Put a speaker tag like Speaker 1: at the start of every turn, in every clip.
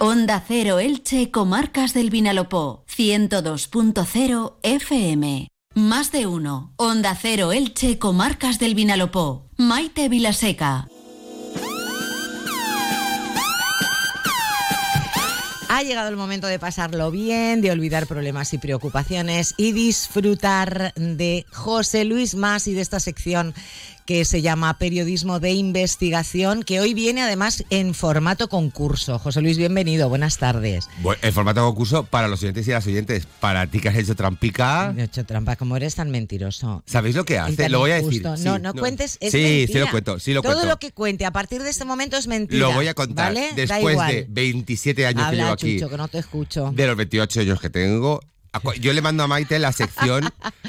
Speaker 1: Onda Cero Elche, Comarcas del Vinalopó, 102.0 FM. Más de uno. Onda Cero Elche, Comarcas del Vinalopó. Maite Vilaseca.
Speaker 2: Ha llegado el momento de pasarlo bien, de olvidar problemas y preocupaciones y disfrutar de José Luis Más y de esta sección que se llama Periodismo de Investigación, que hoy viene además en formato concurso. José Luis, bienvenido, buenas tardes.
Speaker 3: Bueno, el formato concurso para los oyentes y las oyentes, para ti que has hecho trampica.
Speaker 2: No he hecho trampa, como eres tan mentiroso.
Speaker 3: ¿Sabéis lo que hace? Ah. Lo voy a decir.
Speaker 2: Injusto.
Speaker 3: Sí,
Speaker 2: no, no, cuentes, es
Speaker 3: sí, sí
Speaker 2: mentira.
Speaker 3: lo cuento, sí lo
Speaker 2: Todo
Speaker 3: cuento.
Speaker 2: lo que cuente a partir de este momento es mentira.
Speaker 3: Lo voy a contar
Speaker 2: ¿vale? Da
Speaker 3: después
Speaker 2: igual.
Speaker 3: de 27 años que
Speaker 2: Habla,
Speaker 3: llevo aquí.
Speaker 2: Chucho, que no te escucho.
Speaker 3: De los 28 años que tengo. a cu- Yo le mando a Maite la sección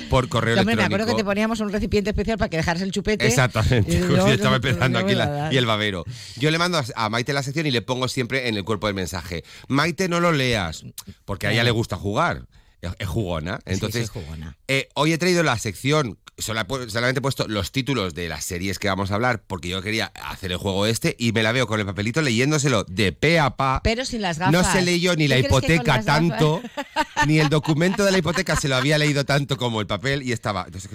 Speaker 3: por correo
Speaker 2: Yo, hombre, me
Speaker 3: electrónico.
Speaker 2: acuerdo que te poníamos un recipiente especial para que dejaras el chupete.
Speaker 3: Exactamente,
Speaker 2: Y
Speaker 3: justo
Speaker 2: luego-
Speaker 3: yo estaba empezando
Speaker 2: luego
Speaker 3: aquí
Speaker 2: me
Speaker 3: la-
Speaker 2: va a dar.
Speaker 3: y el babero. Yo le mando a- a Maite la sección y le pongo siempre en el cuerpo del mensaje, Maite no lo leas, porque a ella le gusta jugar, es es jugona. Entonces,
Speaker 2: soy jugona.
Speaker 3: eh, hoy he traído la sección, sola- solamente he puesto los títulos de las series que vamos a hablar, porque yo quería hacer el juego este y me la veo con el papelito leyéndoselo de pe a pa.
Speaker 2: Pero sin las gafas.
Speaker 3: No se leyó ni
Speaker 2: ¿Tú
Speaker 3: la
Speaker 2: crees que con
Speaker 3: hipoteca
Speaker 2: las gafas?
Speaker 3: tanto, ni el documento de la hipoteca se lo había leído tanto como el papel y estaba. entonces,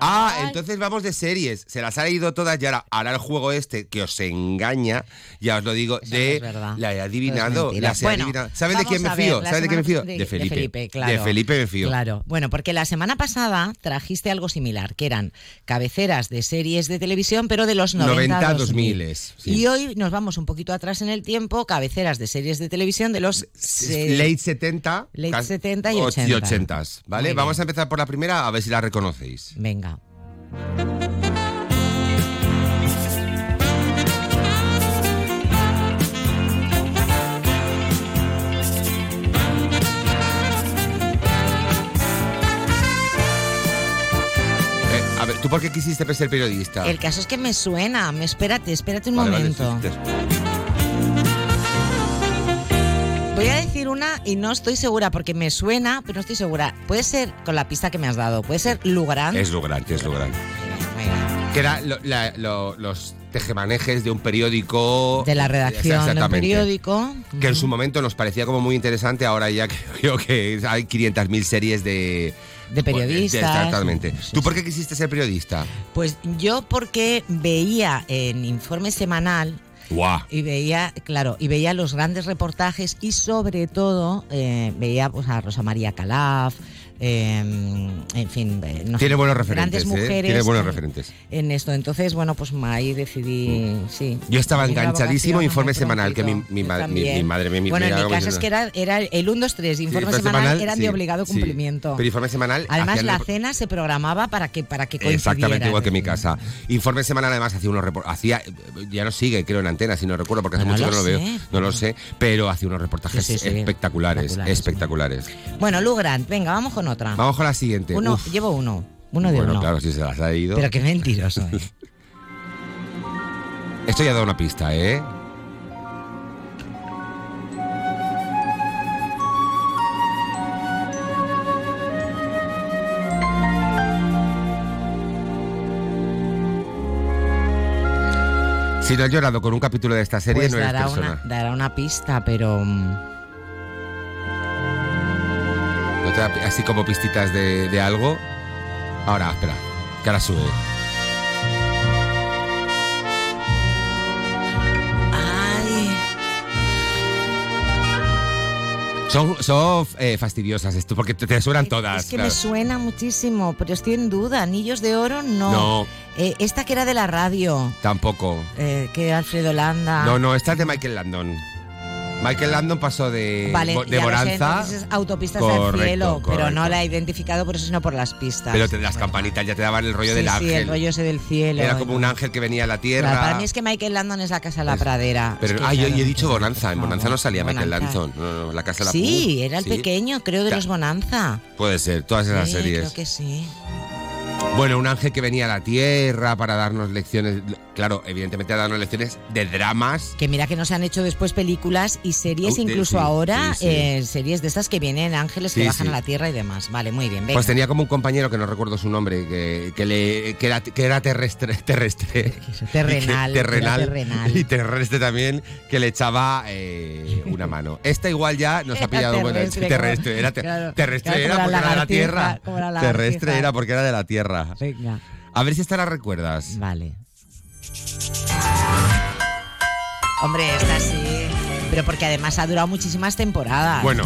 Speaker 3: ah,
Speaker 2: Ay.
Speaker 3: entonces vamos de series. Se las ha leído todas y ahora hará el juego este que os engaña, ya os lo digo,
Speaker 2: Eso no
Speaker 3: de
Speaker 2: es verdad.
Speaker 3: la he
Speaker 2: Eso es
Speaker 3: adivinado.
Speaker 2: mentira.
Speaker 3: la se ha
Speaker 2: Bueno,
Speaker 3: adivinado. ¿Sabes de
Speaker 2: vamos
Speaker 3: quién me
Speaker 2: a ver,
Speaker 3: fío?
Speaker 2: la
Speaker 3: ¿Sabes de quién me fío?
Speaker 2: semana-
Speaker 3: De,
Speaker 2: de
Speaker 3: Felipe.
Speaker 2: Felipe, claro.
Speaker 3: De Felipe me fío.
Speaker 2: Claro. Bueno, porque la semana pasada trajiste algo similar, que eran cabeceras de series de televisión, pero de los 90,
Speaker 3: 90
Speaker 2: 2000.
Speaker 3: 2000, sí.
Speaker 2: Y hoy nos vamos un poquito atrás en el tiempo, cabeceras de series de televisión de los... se-
Speaker 3: Late 70,
Speaker 2: Late
Speaker 3: casi-
Speaker 2: 70 y
Speaker 3: och-
Speaker 2: 80.
Speaker 3: 80, ¿vale?
Speaker 2: Muy
Speaker 3: Vamos
Speaker 2: bien.
Speaker 3: a empezar por la primera, a ver si la reconocéis.
Speaker 2: Venga.
Speaker 3: Eh, a ver, ¿tú por qué quisiste ser periodista?
Speaker 2: El caso es que me suena, me espérate, espérate un
Speaker 3: Vale, vale,
Speaker 2: momento.
Speaker 3: sí, sí, sí.
Speaker 2: Voy a decir una y no estoy segura porque me suena, pero no estoy segura. Puede ser con la pista que me has dado, puede ser Lugrán.
Speaker 3: Es Lugran, es Lugran.
Speaker 2: Muy bien.
Speaker 3: Que era lo- la- lo- los tejemanejes de un periódico.
Speaker 2: De la redacción del
Speaker 3: Oh, Exactamente.
Speaker 2: periódico.
Speaker 3: Que en su momento nos parecía como muy interesante, ahora ya que- creo que hay 500.000 series de.
Speaker 2: De periodistas.
Speaker 3: Exactamente.
Speaker 2: Sí,
Speaker 3: ¿Tú
Speaker 2: sí.
Speaker 3: por qué quisiste ser periodista?
Speaker 2: Pues yo porque veía en informe semanal
Speaker 3: ¡Guau!
Speaker 2: y veía, claro, y veía los grandes reportajes y sobre todo eh, veía pues, a Rosa María Calaf, eh, en fin, eh, no sé,
Speaker 3: Tiene buenos
Speaker 2: grandes
Speaker 3: referentes. ¿eh?
Speaker 2: mujeres.
Speaker 3: Tiene buenos
Speaker 2: en-
Speaker 3: referentes.
Speaker 2: En esto, entonces, bueno, pues ahí decidí, sí.
Speaker 3: Mm. Yo estaba
Speaker 2: Tenía la
Speaker 3: enganchadísimo
Speaker 2: vocación
Speaker 3: informe
Speaker 2: muy
Speaker 3: semanal, que mi-
Speaker 2: prontito.
Speaker 3: mi
Speaker 2: Yo
Speaker 3: ma- mi-
Speaker 2: también.
Speaker 3: mi madre me- me
Speaker 2: Bueno, en mi
Speaker 3: miraba
Speaker 2: caso es
Speaker 3: diciendo-
Speaker 2: que era, era el 1, 2, 3, informe
Speaker 3: Sí,
Speaker 2: semanal,
Speaker 3: semanal,
Speaker 2: eran
Speaker 3: sí,
Speaker 2: de obligado
Speaker 3: sí.
Speaker 2: cumplimiento.
Speaker 3: Pero informe semanal.
Speaker 2: Además,
Speaker 3: hacían
Speaker 2: la
Speaker 3: repor-
Speaker 2: cena se programaba para que, para que coincidieran.
Speaker 3: Exactamente igual que en mi casa. Informe semanal además hacía unos repor- hacía ya no sigue creo en antena si no recuerdo porque hace
Speaker 2: No, no
Speaker 3: mucho que no
Speaker 2: lo
Speaker 3: lo veo,
Speaker 2: sé.
Speaker 3: no lo sé, pero hacía unos reportajes
Speaker 2: Sí, sí, sí.
Speaker 3: espectaculares,
Speaker 2: Espectaculares,
Speaker 3: espectaculares,
Speaker 2: Bueno, Lugrand, venga, vamos con otra.
Speaker 3: Vamos con la siguiente.
Speaker 2: uno,
Speaker 3: Uf.
Speaker 2: llevo uno. Uno de
Speaker 3: bueno,
Speaker 2: uno.
Speaker 3: claro, si se las ha ido.
Speaker 2: Pero qué mentiroso. ¿eh?
Speaker 3: Esto ya da una pista, ¿eh? Si no has llorado con un capítulo de esta serie,
Speaker 2: Pues
Speaker 3: no eres
Speaker 2: dará
Speaker 3: persona.
Speaker 2: una, dará una pista, pero. mm,
Speaker 3: ¿No te da pi- así como pistitas de, de algo. Ahora, espera, que ahora sube.
Speaker 2: Ay.
Speaker 3: Son, son eh, fastidiosas esto, porque te, te suenan todas.
Speaker 2: Es que me
Speaker 3: claro.
Speaker 2: suena muchísimo, pero estoy en duda. Anillos de oro, no.
Speaker 3: No,
Speaker 2: Eh, esta que era de la radio,
Speaker 3: tampoco.
Speaker 2: eh, que Alfredo Landa.
Speaker 3: No, no, esta es de Michael Landon. Michael Landon pasó de,
Speaker 2: Vale,
Speaker 3: Eh, bo-
Speaker 2: ya
Speaker 3: de
Speaker 2: lo sé,
Speaker 3: Bonanza,
Speaker 2: entonces es autopistas
Speaker 3: Correcto,
Speaker 2: del cielo, pero no
Speaker 3: correcto.
Speaker 2: la he identificado por eso, sino por las pistas.
Speaker 3: pero te- las campanitas ya te daban el rollo
Speaker 2: Sí,
Speaker 3: del
Speaker 2: sí,
Speaker 3: ángel.
Speaker 2: el rollo ese del cielo.
Speaker 3: Era como un ángel que venía a la tierra.
Speaker 2: Claro, para mí es que Michael Landon es la casa de la pradera.
Speaker 3: Pero,
Speaker 2: Es que,
Speaker 3: ah, yo,
Speaker 2: claro,
Speaker 3: yo he dicho
Speaker 2: no sé.
Speaker 3: Bonanza. En Bonanza no salía Michael
Speaker 2: Bonanza.
Speaker 3: Landon. No, no, la casa de la
Speaker 2: Sí,
Speaker 3: Pú.
Speaker 2: era el
Speaker 3: Sí,
Speaker 2: pequeño, creo, de
Speaker 3: Ta-
Speaker 2: los Bonanza.
Speaker 3: Puede ser, todas esas
Speaker 2: Sí,
Speaker 3: series.
Speaker 2: Creo que sí.
Speaker 3: Bueno, un ángel que venía a la tierra para darnos lecciones. Claro, evidentemente a darnos lecciones de dramas.
Speaker 2: Que mira que no se han hecho después películas y series,
Speaker 3: Oh, de-
Speaker 2: incluso
Speaker 3: sí,
Speaker 2: ahora,
Speaker 3: sí, sí.
Speaker 2: eh, series de estas que vienen ángeles que
Speaker 3: Sí,
Speaker 2: bajan
Speaker 3: sí.
Speaker 2: a la tierra y demás. Vale, muy bien. Venga.
Speaker 3: Pues tenía como un compañero que no recuerdo su nombre, que, que le, que, era, que era terrestre. terrestre.
Speaker 2: Terrenal.
Speaker 3: Y este que- terrenal,
Speaker 2: era terrenal.
Speaker 3: Y terrestre también, que le echaba eh, una mano. Esta igual ya nos ha pillado
Speaker 2: Era
Speaker 3: bueno,
Speaker 2: terrestre,
Speaker 3: terrestre,
Speaker 2: como-
Speaker 3: era ter-
Speaker 2: claro,
Speaker 3: terrestre
Speaker 2: era
Speaker 3: era
Speaker 2: como la
Speaker 3: porque era de la
Speaker 2: lagartija,
Speaker 3: tierra.
Speaker 2: como la lagartija.
Speaker 3: Terrestre era porque era de la tierra.
Speaker 2: Venga,
Speaker 3: A ver si esta la recuerdas.
Speaker 2: vale. Hombre, esta sí. Pero porque además ha durado muchísimas temporadas.
Speaker 3: Bueno,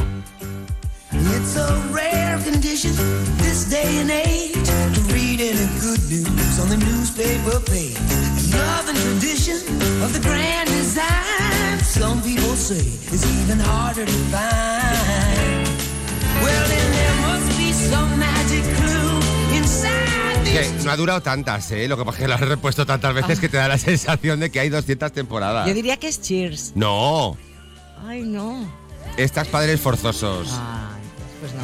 Speaker 4: It's a rare condition this day and age to read any good news on the newspaper page. Love and tradition of the grand design, some people say, is even harder to find. Well, then there must be some magic clue inside
Speaker 3: que
Speaker 4: these
Speaker 3: no ha durado tantas, ¿eh? Lo que pasa es que la has repuesto tantas veces que te da la sensación de que hay 200 temporadas.
Speaker 2: Ah. Yo diría que es Cheers.
Speaker 3: No,
Speaker 2: Ay, no.
Speaker 3: estas padres forzosos.
Speaker 2: Ay, pues no.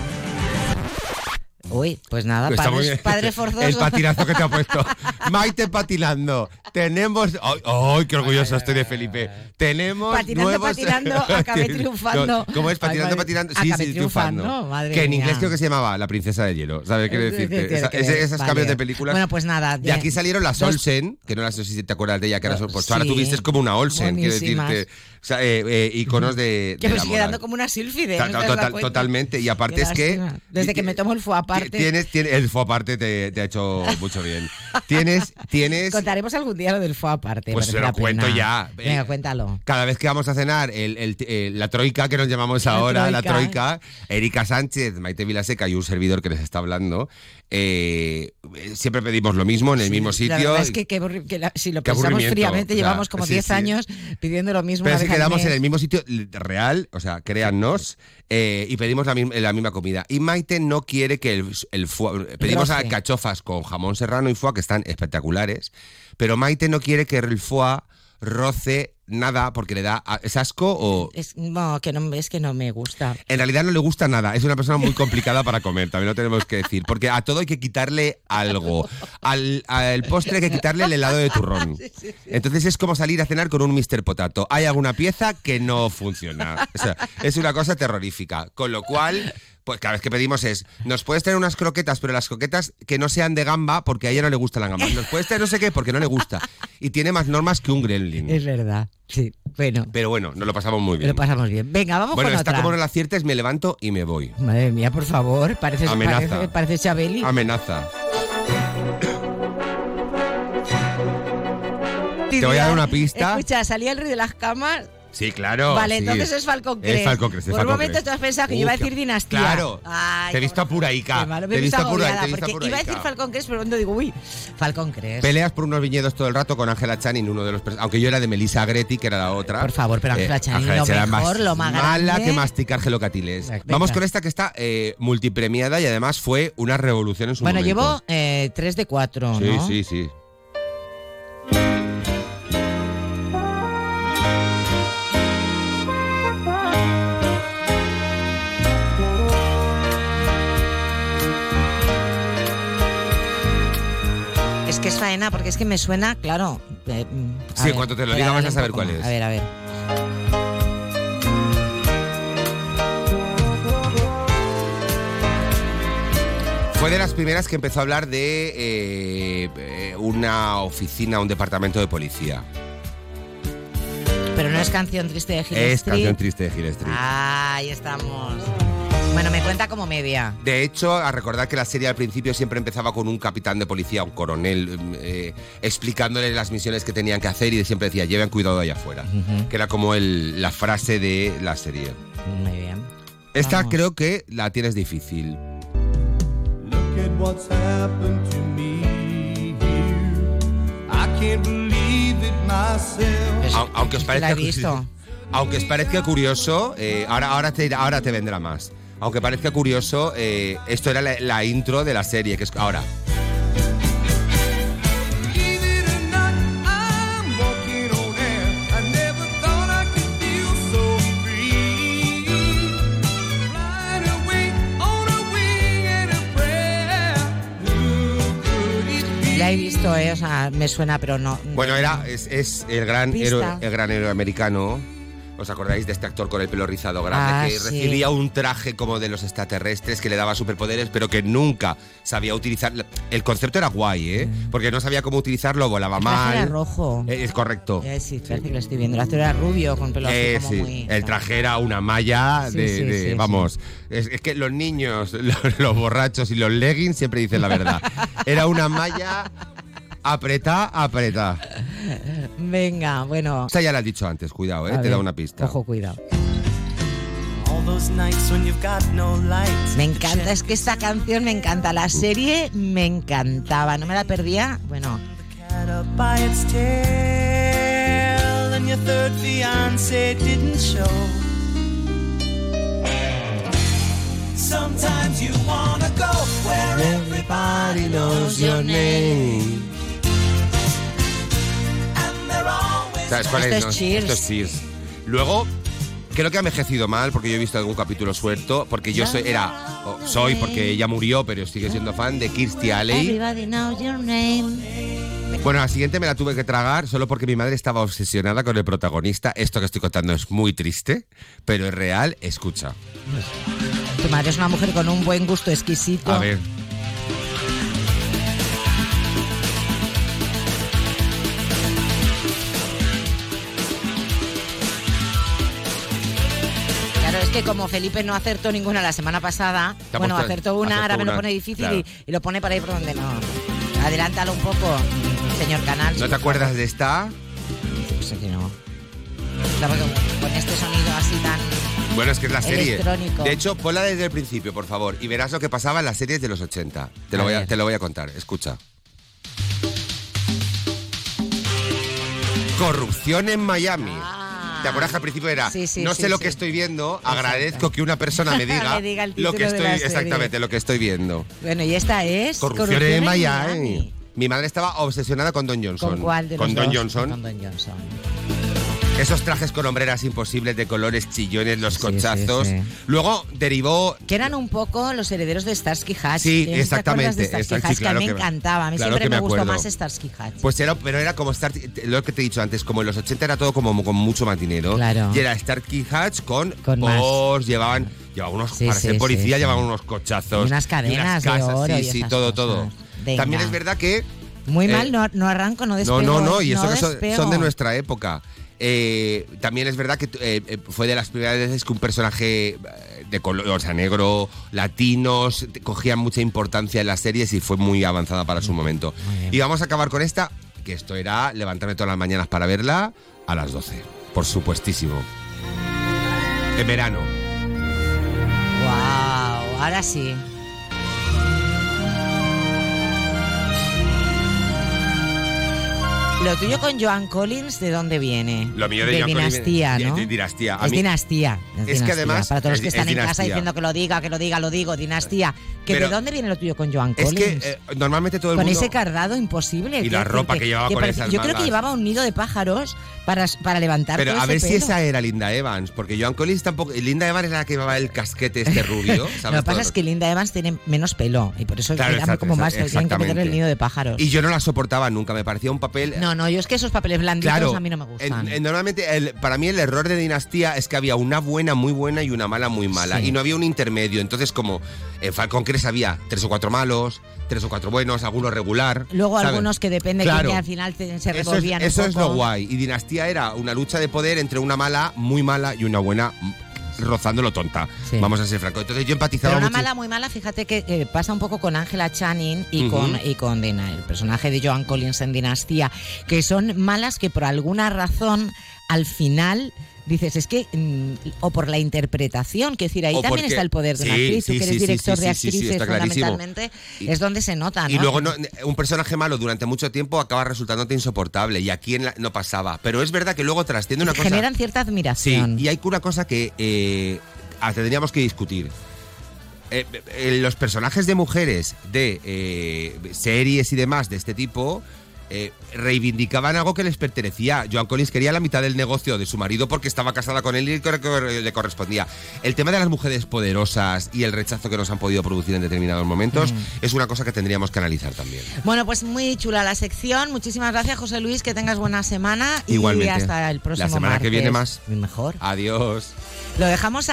Speaker 2: Uy, pues nada,
Speaker 3: Está muy
Speaker 2: padre,
Speaker 3: bien.
Speaker 2: padre forzoso.
Speaker 3: El patinazo que te ha puesto. Maite patinando. Tenemos. ¡Ay, ay, qué orgulloso estoy de Felipe! Tenemos.
Speaker 2: Patinando,
Speaker 3: nuevos-
Speaker 2: patinando, acabé triunfando.
Speaker 3: No, ¿Cómo es? Patinando,
Speaker 2: Ay, madre-
Speaker 3: patinando. Sí,
Speaker 2: acabé
Speaker 3: sí, triunfando.
Speaker 2: triunfando, madre
Speaker 3: que en
Speaker 2: mía.
Speaker 3: inglés creo que se llamaba La Princesa de Hielo. ¿Sabes qué quiero
Speaker 2: Tiene
Speaker 3: decirte?
Speaker 2: que
Speaker 3: Esa-
Speaker 2: ver,
Speaker 3: ese- esos
Speaker 2: vale.
Speaker 3: cambios de películas.
Speaker 2: Bueno, pues nada.
Speaker 3: De aquí salieron las
Speaker 2: dos-
Speaker 3: Olsen, que no las sé si te acuerdas de ella, que ahora son- pues ahora
Speaker 2: Ah, Sí.
Speaker 3: tuviste como una Olsen, quiero
Speaker 2: Buenísimas.
Speaker 3: decirte. O sea, eh, eh, iconos de.
Speaker 2: Que
Speaker 3: de
Speaker 2: me
Speaker 3: la
Speaker 2: estoy
Speaker 3: moda.
Speaker 2: quedando como una sílfide. ¿eh?
Speaker 3: Ta-
Speaker 2: ¿no
Speaker 3: ta-
Speaker 2: te has dado
Speaker 3: total-
Speaker 2: cuenta?
Speaker 3: totalmente. Y aparte
Speaker 2: Qué
Speaker 3: es que.
Speaker 2: lástima. Desde que me tomo el fue aparte.
Speaker 3: Tienes, tienes, el fue aparte te, te ha hecho mucho bien. Tienes, tienes.
Speaker 2: Contaremos algún día lo del fue aparte.
Speaker 3: Pues
Speaker 2: merece
Speaker 3: se lo
Speaker 2: la pena.
Speaker 3: cuento ya.
Speaker 2: Venga,
Speaker 3: Eh,
Speaker 2: cuéntalo.
Speaker 3: Cada vez que vamos a cenar, el- el- eh, la troika que nos llamamos ahora, la troika,
Speaker 2: troika.
Speaker 3: Erika Sánchez, Maite Vilaseca y un servidor que les está hablando, eh, eh, siempre pedimos lo mismo en el mismo
Speaker 2: La
Speaker 3: sitio.
Speaker 2: verdad es que, qué aburri- que la- si lo
Speaker 3: Qué
Speaker 2: pensamos
Speaker 3: aburrimiento,
Speaker 2: fríamente,
Speaker 3: o sea,
Speaker 2: llevamos como
Speaker 3: sí,
Speaker 2: 10
Speaker 3: sí.
Speaker 2: años pidiendo lo mismo.
Speaker 3: Pero
Speaker 2: una
Speaker 3: si
Speaker 2: vez al
Speaker 3: quedamos en
Speaker 2: mes.
Speaker 3: el mismo sitio l- real, o sea, créannos, eh, y pedimos la, mim- la misma comida. Y Maite no quiere que el, el foie- Pedimos
Speaker 2: Roce.
Speaker 3: a cachofas con jamón serrano y foie, que están espectaculares, pero Maite no quiere que el foie roce nada porque le da... a- ¿Es asco o...?
Speaker 2: Es, no, que no, es que no me gusta.
Speaker 3: En realidad no le gusta nada, es una persona muy complicada para comer, también lo tenemos que decir, porque a todo hay que quitarle algo. Al, al postre hay que quitarle el helado de turrón. Entonces es como salir a cenar con un Mr. Potato. Hay alguna pieza que no funciona. O sea, es una cosa terrorífica. Con lo cual, pues cada vez que pedimos es, nos puedes tener unas croquetas, pero las croquetas que no sean de gamba, porque a ella no le gusta la gamba. Nos puedes tener no sé qué, porque no le gusta. Y tiene más normas que un gremlin.
Speaker 2: Es verdad. Sí, bueno,
Speaker 3: Pero bueno, nos lo pasamos muy Mm. bien.
Speaker 2: lo pasamos bien. Venga, vamos
Speaker 3: Bueno,
Speaker 2: con
Speaker 3: está
Speaker 2: otra.
Speaker 3: como no la aciertes, me levanto y me voy.
Speaker 2: Madre mía, por favor, parece
Speaker 3: Amenaza.
Speaker 2: parece, parece Chabeli.
Speaker 3: Amenaza. Te voy a dar una pista.
Speaker 2: Escucha, salía el rey de las camas.
Speaker 3: Sí, claro.
Speaker 2: vale,
Speaker 3: sí.
Speaker 2: entonces es Falcon Crest.
Speaker 3: Es Falcon Crest, es
Speaker 2: Por
Speaker 3: Falcon
Speaker 2: un momento
Speaker 3: Crest.
Speaker 2: tú has pensado que
Speaker 3: Uh,
Speaker 2: yo iba a
Speaker 3: qué-
Speaker 2: decir dinastía.
Speaker 3: Claro.
Speaker 2: Ay,
Speaker 3: te he
Speaker 2: qué
Speaker 3: visto
Speaker 2: mal- qué
Speaker 3: apuraica.
Speaker 2: malo,
Speaker 3: Te
Speaker 2: me
Speaker 3: he visto
Speaker 2: agobiada,
Speaker 3: apuraica. Te he visto
Speaker 2: porque iba a decir
Speaker 3: apuraica.
Speaker 2: Falcon Crest, pero cuando digo, uy, Falcon Crest.
Speaker 3: Peleas por unos viñedos todo el rato con Ángela Chanin, uno de los. pres- Aunque yo era de Melissa Gretti, que era la otra. Eh,
Speaker 2: Por favor, pero Ángela Chanin, lo
Speaker 3: Chanin era
Speaker 2: mejor, lo más
Speaker 3: Mala
Speaker 2: grande.
Speaker 3: que masticar gelocatiles.
Speaker 2: Venga.
Speaker 3: Vamos con esta que está eh, multipremiada y además fue una revolución en su
Speaker 2: bueno,
Speaker 3: momento.
Speaker 2: llevo eh, tres de cuatro,
Speaker 3: Sí,
Speaker 2: ¿no?
Speaker 3: sí, sí.
Speaker 2: Es que es faena, porque es que me suena, claro. eh, mm, a
Speaker 3: Sí, en cuanto te lo diga
Speaker 2: espera,
Speaker 3: vas
Speaker 2: dale
Speaker 3: a
Speaker 2: un
Speaker 3: saber
Speaker 2: poco
Speaker 3: cuál
Speaker 2: más.
Speaker 3: es.
Speaker 2: A ver, a ver.
Speaker 3: Fue de las primeras que empezó a hablar de eh, eh, una oficina, un departamento de policía.
Speaker 2: Pero no es canción triste de Gil
Speaker 3: Es
Speaker 2: Street.
Speaker 3: canción triste de Hill Street.
Speaker 2: Ah, ahí estamos. Bueno, me cuenta como media.
Speaker 3: De hecho, a recordar que la serie al principio siempre empezaba con un capitán de policía, un coronel, eh, explicándole las misiones que tenían que hacer y siempre decía, lleven cuidado allá afuera.
Speaker 2: Ujú.
Speaker 3: Que era como el- la frase de la serie.
Speaker 2: Muy bien.
Speaker 3: Esta
Speaker 2: Vamos.
Speaker 3: creo que la tienes difícil.
Speaker 5: Look at what's happened to me here. I can't believe it myself.
Speaker 3: Au- aunque os
Speaker 2: que Pues la
Speaker 3: parezca
Speaker 2: he visto.
Speaker 3: aunque os parezca curioso eh, ahora ahora te ahora te vendrá más aunque parezca curioso eh, esto era la, la intro de la serie que es ahora
Speaker 5: Believe it or not, I'm walking on air. I never thought I could feel so free. Flying away on a wing and a prayer. Who could it be?
Speaker 2: La he visto, eh, o sea, me suena, pero no.
Speaker 3: bueno era eh, es, es el gran
Speaker 2: Pista.
Speaker 3: héroe el gran héroe americano ¿Os acordáis de este actor con el pelo rizado grande
Speaker 2: Ah,
Speaker 3: que
Speaker 2: sí.
Speaker 3: recibía un traje como de los extraterrestres que le daba superpoderes, pero que nunca sabía utilizar? El concepto era guay, ¿eh? Porque no sabía cómo utilizarlo, volaba
Speaker 2: Mm. El traje
Speaker 3: mal.
Speaker 2: era rojo.
Speaker 3: Eh, Es correcto.
Speaker 2: Eh, sí, parece que lo estoy viendo. El actor era rubio, con pelo así
Speaker 3: Eh,
Speaker 2: como
Speaker 3: sí.
Speaker 2: muy...
Speaker 3: El traje era una malla
Speaker 2: Sí,
Speaker 3: de,
Speaker 2: sí,
Speaker 3: de-
Speaker 2: sí,
Speaker 3: vamos. Es, es que los niños, los, los borrachos y los leggings siempre dicen la verdad. Era una malla apretá, apretá.
Speaker 2: Venga, bueno.
Speaker 3: Esta ya la has dicho antes, cuidado, ¿eh?
Speaker 2: a
Speaker 3: te
Speaker 2: ver,
Speaker 3: da una pista.
Speaker 2: Ojo, cuidado.
Speaker 6: All those nights when you've got no lights.
Speaker 2: Me encanta, es que esta canción me encanta. La serie me encantaba, no me la perdía. Bueno,
Speaker 6: Cat up by its tail, and your third fiance didn't show. Sometimes you wanna go where everybody knows your name. And they're always
Speaker 3: ¿Sabes cuál
Speaker 2: Esto
Speaker 3: es?
Speaker 2: es
Speaker 3: no?
Speaker 2: Cheers.
Speaker 3: Esto es Cheers. Luego, creo que ha envejecido mal porque yo he visto algún capítulo suelto. Porque yo soy, era, o soy porque ella murió, pero sigue siendo fan de Kirstie Alley.
Speaker 2: Everybody knows your name.
Speaker 3: Bueno, la siguiente me la tuve que tragar solo porque mi madre estaba obsesionada con el protagonista. Esto que estoy contando es muy triste, pero es real. Escucha.
Speaker 2: Tu madre es una mujer con un buen gusto exquisito.
Speaker 3: A ver.
Speaker 2: Claro, es que como Felipe no acertó ninguna la semana pasada,
Speaker 3: Te ha
Speaker 2: bueno,
Speaker 3: puesto-
Speaker 2: acertó una, ahora
Speaker 3: acertó
Speaker 2: me lo
Speaker 3: una,
Speaker 2: pone difícil
Speaker 3: claro.
Speaker 2: y, y lo pone para ir por donde no. Adelántalo un poco, señor Canal.
Speaker 3: ¿No te acuerdas de esta?
Speaker 2: Pues que no. Claro, que con este sonido así tan...
Speaker 3: Bueno, es que es la serie.
Speaker 2: Electrónico.
Speaker 3: De hecho, ponla desde el principio, por favor, y verás lo que pasaba en las series de los 80. Te lo,
Speaker 2: A
Speaker 3: voy a,
Speaker 2: ver.
Speaker 3: te lo voy a contar, escucha. Corrupción en Miami.
Speaker 2: Ah.
Speaker 3: ¿Te acuerdas que al principio era?
Speaker 2: Sí, sí,
Speaker 3: no
Speaker 2: sí,
Speaker 3: sé lo
Speaker 2: sí.
Speaker 3: que estoy viendo, agradezco que una persona me diga,
Speaker 2: Me diga el
Speaker 3: lo
Speaker 2: título
Speaker 3: que
Speaker 2: de
Speaker 3: estoy
Speaker 2: la serie.
Speaker 3: exactamente lo que estoy viendo.
Speaker 2: Bueno, y esta es...
Speaker 3: Corrupción, en Miami. Mi madre estaba obsesionada con Don Johnson.
Speaker 2: ¿Con cuál de los
Speaker 3: Con Don
Speaker 2: dos?
Speaker 3: Johnson.
Speaker 2: Con Don Johnson.
Speaker 3: Esos trajes con hombreras imposibles de colores chillones, los
Speaker 2: Sí,
Speaker 3: cochazos.
Speaker 2: sí, sí.
Speaker 3: Luego derivó
Speaker 2: Que eran un poco los herederos de Starsky Hatch.
Speaker 3: Sí,
Speaker 2: ¿Te acuerdas
Speaker 3: exactamente,
Speaker 2: de Starsky
Speaker 3: exacto,
Speaker 2: Hatch,
Speaker 3: sí, claro
Speaker 2: que a mí
Speaker 3: que
Speaker 2: me
Speaker 3: me-
Speaker 2: encantaba. A mí
Speaker 3: claro
Speaker 2: siempre
Speaker 3: que
Speaker 2: me,
Speaker 3: me
Speaker 2: gustó
Speaker 3: acuerdo.
Speaker 2: más Starsky Hatch.
Speaker 3: Pues era, pero era como Star, lo que te he dicho antes, como en los 80 era todo como con mucho más dinero.
Speaker 2: Claro.
Speaker 3: Y era Starkey Hatch con,
Speaker 2: Con más.
Speaker 3: Porsche, llevaban, llevaban unos,
Speaker 2: Sí,
Speaker 3: para
Speaker 2: sí,
Speaker 3: ser policía
Speaker 2: sí,
Speaker 3: llevaban
Speaker 2: sí.
Speaker 3: unos cochazos.
Speaker 2: Y unas cadenas de
Speaker 3: casas,
Speaker 2: oro
Speaker 3: sí,
Speaker 2: y
Speaker 3: sí,
Speaker 2: esas
Speaker 3: todo,
Speaker 2: cosas.
Speaker 3: todo.
Speaker 2: Venga.
Speaker 3: También es verdad que...
Speaker 2: Muy
Speaker 3: eh,
Speaker 2: mal, no, no arranco, no despego.
Speaker 3: no, no, no, y eso que son,
Speaker 2: despego.
Speaker 3: son de nuestra época. Eh, también es verdad que eh, eh, fue de las primeras veces que un personaje eh, de color, o sea, negro, latinos, te- cogían mucha importancia en las series y fue muy avanzada para
Speaker 2: Mm,
Speaker 3: su momento. Y vamos a acabar con esta, que esto era levantarme todas las mañanas para verla a las 12, por supuestísimo. En verano.
Speaker 2: Guau, ahora sí. Lo tuyo con Joan Collins, ¿de dónde viene?
Speaker 3: Lo mío de Joan Collins-
Speaker 2: dinastía,
Speaker 3: de-
Speaker 2: ¿no?
Speaker 3: de dinastía. A
Speaker 2: Es
Speaker 3: mí-
Speaker 2: dinastía. es
Speaker 3: Es que
Speaker 2: dinastía.
Speaker 3: además
Speaker 2: Para todos los
Speaker 3: es-
Speaker 2: que
Speaker 3: es
Speaker 2: están en casa
Speaker 3: dinastía.
Speaker 2: diciendo que lo diga, que lo diga, lo digo, dinastía. ¿Que
Speaker 3: Pero-
Speaker 2: ¿De dónde viene lo tuyo con Joan
Speaker 3: Es
Speaker 2: Collins?
Speaker 3: que eh, normalmente todo el
Speaker 2: con
Speaker 3: mundo...
Speaker 2: ese cardado imposible.
Speaker 3: Y
Speaker 2: quiero
Speaker 3: la ropa que llevaba con
Speaker 2: parecía-
Speaker 3: esas
Speaker 2: Yo creo que
Speaker 3: mangas.
Speaker 2: llevaba un nido de pájaros para, para levantar
Speaker 3: Pero
Speaker 2: todo
Speaker 3: a
Speaker 2: ese
Speaker 3: ver si
Speaker 2: pelo.
Speaker 3: esa era Linda Evans, porque Joan Collins tampoco. Linda Evans era la que llevaba el casquete este rubio. ¿sabes?
Speaker 2: Lo que pasa
Speaker 3: Todo.
Speaker 2: es que Linda Evans tiene menos pelo y por eso
Speaker 3: Claro,
Speaker 2: era
Speaker 3: exacto,
Speaker 2: como más
Speaker 3: exacto,
Speaker 2: tienen que meter el
Speaker 3: exactamente.
Speaker 2: nido de pájaros.
Speaker 3: Y yo no la soportaba nunca, me parecía un papel. eh,
Speaker 2: No, no, yo es que esos papeles blanditos
Speaker 3: Claro,
Speaker 2: a mí no me gustan.
Speaker 3: en- en- normalmente el- para mí el error de Dinastía es que había una buena muy buena y una mala muy mala
Speaker 2: Sí.
Speaker 3: y no había un intermedio. Entonces como en Falcon Crest había tres o cuatro malos, tres o cuatro buenos, algunos regular.
Speaker 2: Luego
Speaker 3: ¿sabes?
Speaker 2: algunos que depende
Speaker 3: Claro.
Speaker 2: que al final te- se
Speaker 3: Eso, es,
Speaker 2: revolvían un
Speaker 3: eso es lo
Speaker 2: poco.
Speaker 3: guay. Y Dinastía era una lucha de poder entre una mala, muy mala y una buena, mm, rozándolo tonta.
Speaker 2: Sí.
Speaker 3: Vamos a ser francos. Entonces yo empatizaba
Speaker 2: Pero una
Speaker 3: mucho-
Speaker 2: mala, muy mala, fíjate que eh, pasa un poco con Angela Channing y,
Speaker 3: Ujú.
Speaker 2: con, y con Dina, el personaje de Joan Collins en Dinastía, que son malas que por alguna razón al final dices, es que, mm, o por la interpretación, que decir, ahí
Speaker 3: O
Speaker 2: también
Speaker 3: porque-
Speaker 2: está el poder de una
Speaker 3: Sí,
Speaker 2: actriz, tú
Speaker 3: sí,
Speaker 2: que
Speaker 3: sí,
Speaker 2: eres
Speaker 3: sí,
Speaker 2: director
Speaker 3: sí,
Speaker 2: de
Speaker 3: sí, sí, sí,
Speaker 2: actrices
Speaker 3: está clarísimo.
Speaker 2: fundamentalmente,
Speaker 3: Y-
Speaker 2: es donde se nota, ¿no?
Speaker 3: Y luego no- un personaje malo durante mucho tiempo acaba resultándote insoportable y aquí en la- no pasaba. Pero es verdad que luego trasciende una cosa.
Speaker 2: Generan cierta
Speaker 3: Sí,
Speaker 2: admiración.
Speaker 3: y hay una cosa que eh, ah, tendríamos que discutir. Eh, eh, los personajes de mujeres de eh, series y demás de este tipo eh, reivindicaban algo que les pertenecía. Joan Collins quería la mitad del negocio de su marido porque estaba casada con él y cor- cor- le correspondía. El tema de las mujeres poderosas y el rechazo que nos han podido producir en determinados momentos es una cosa que tendríamos que analizar también.
Speaker 2: Bueno, pues muy chula la sección. Muchísimas gracias, José Luis. Que tengas buena semana.
Speaker 3: Igualmente.
Speaker 2: Y hasta el próximo
Speaker 3: La semana que viene
Speaker 2: martes. Mejor.
Speaker 3: Adiós.
Speaker 2: Lo dejamos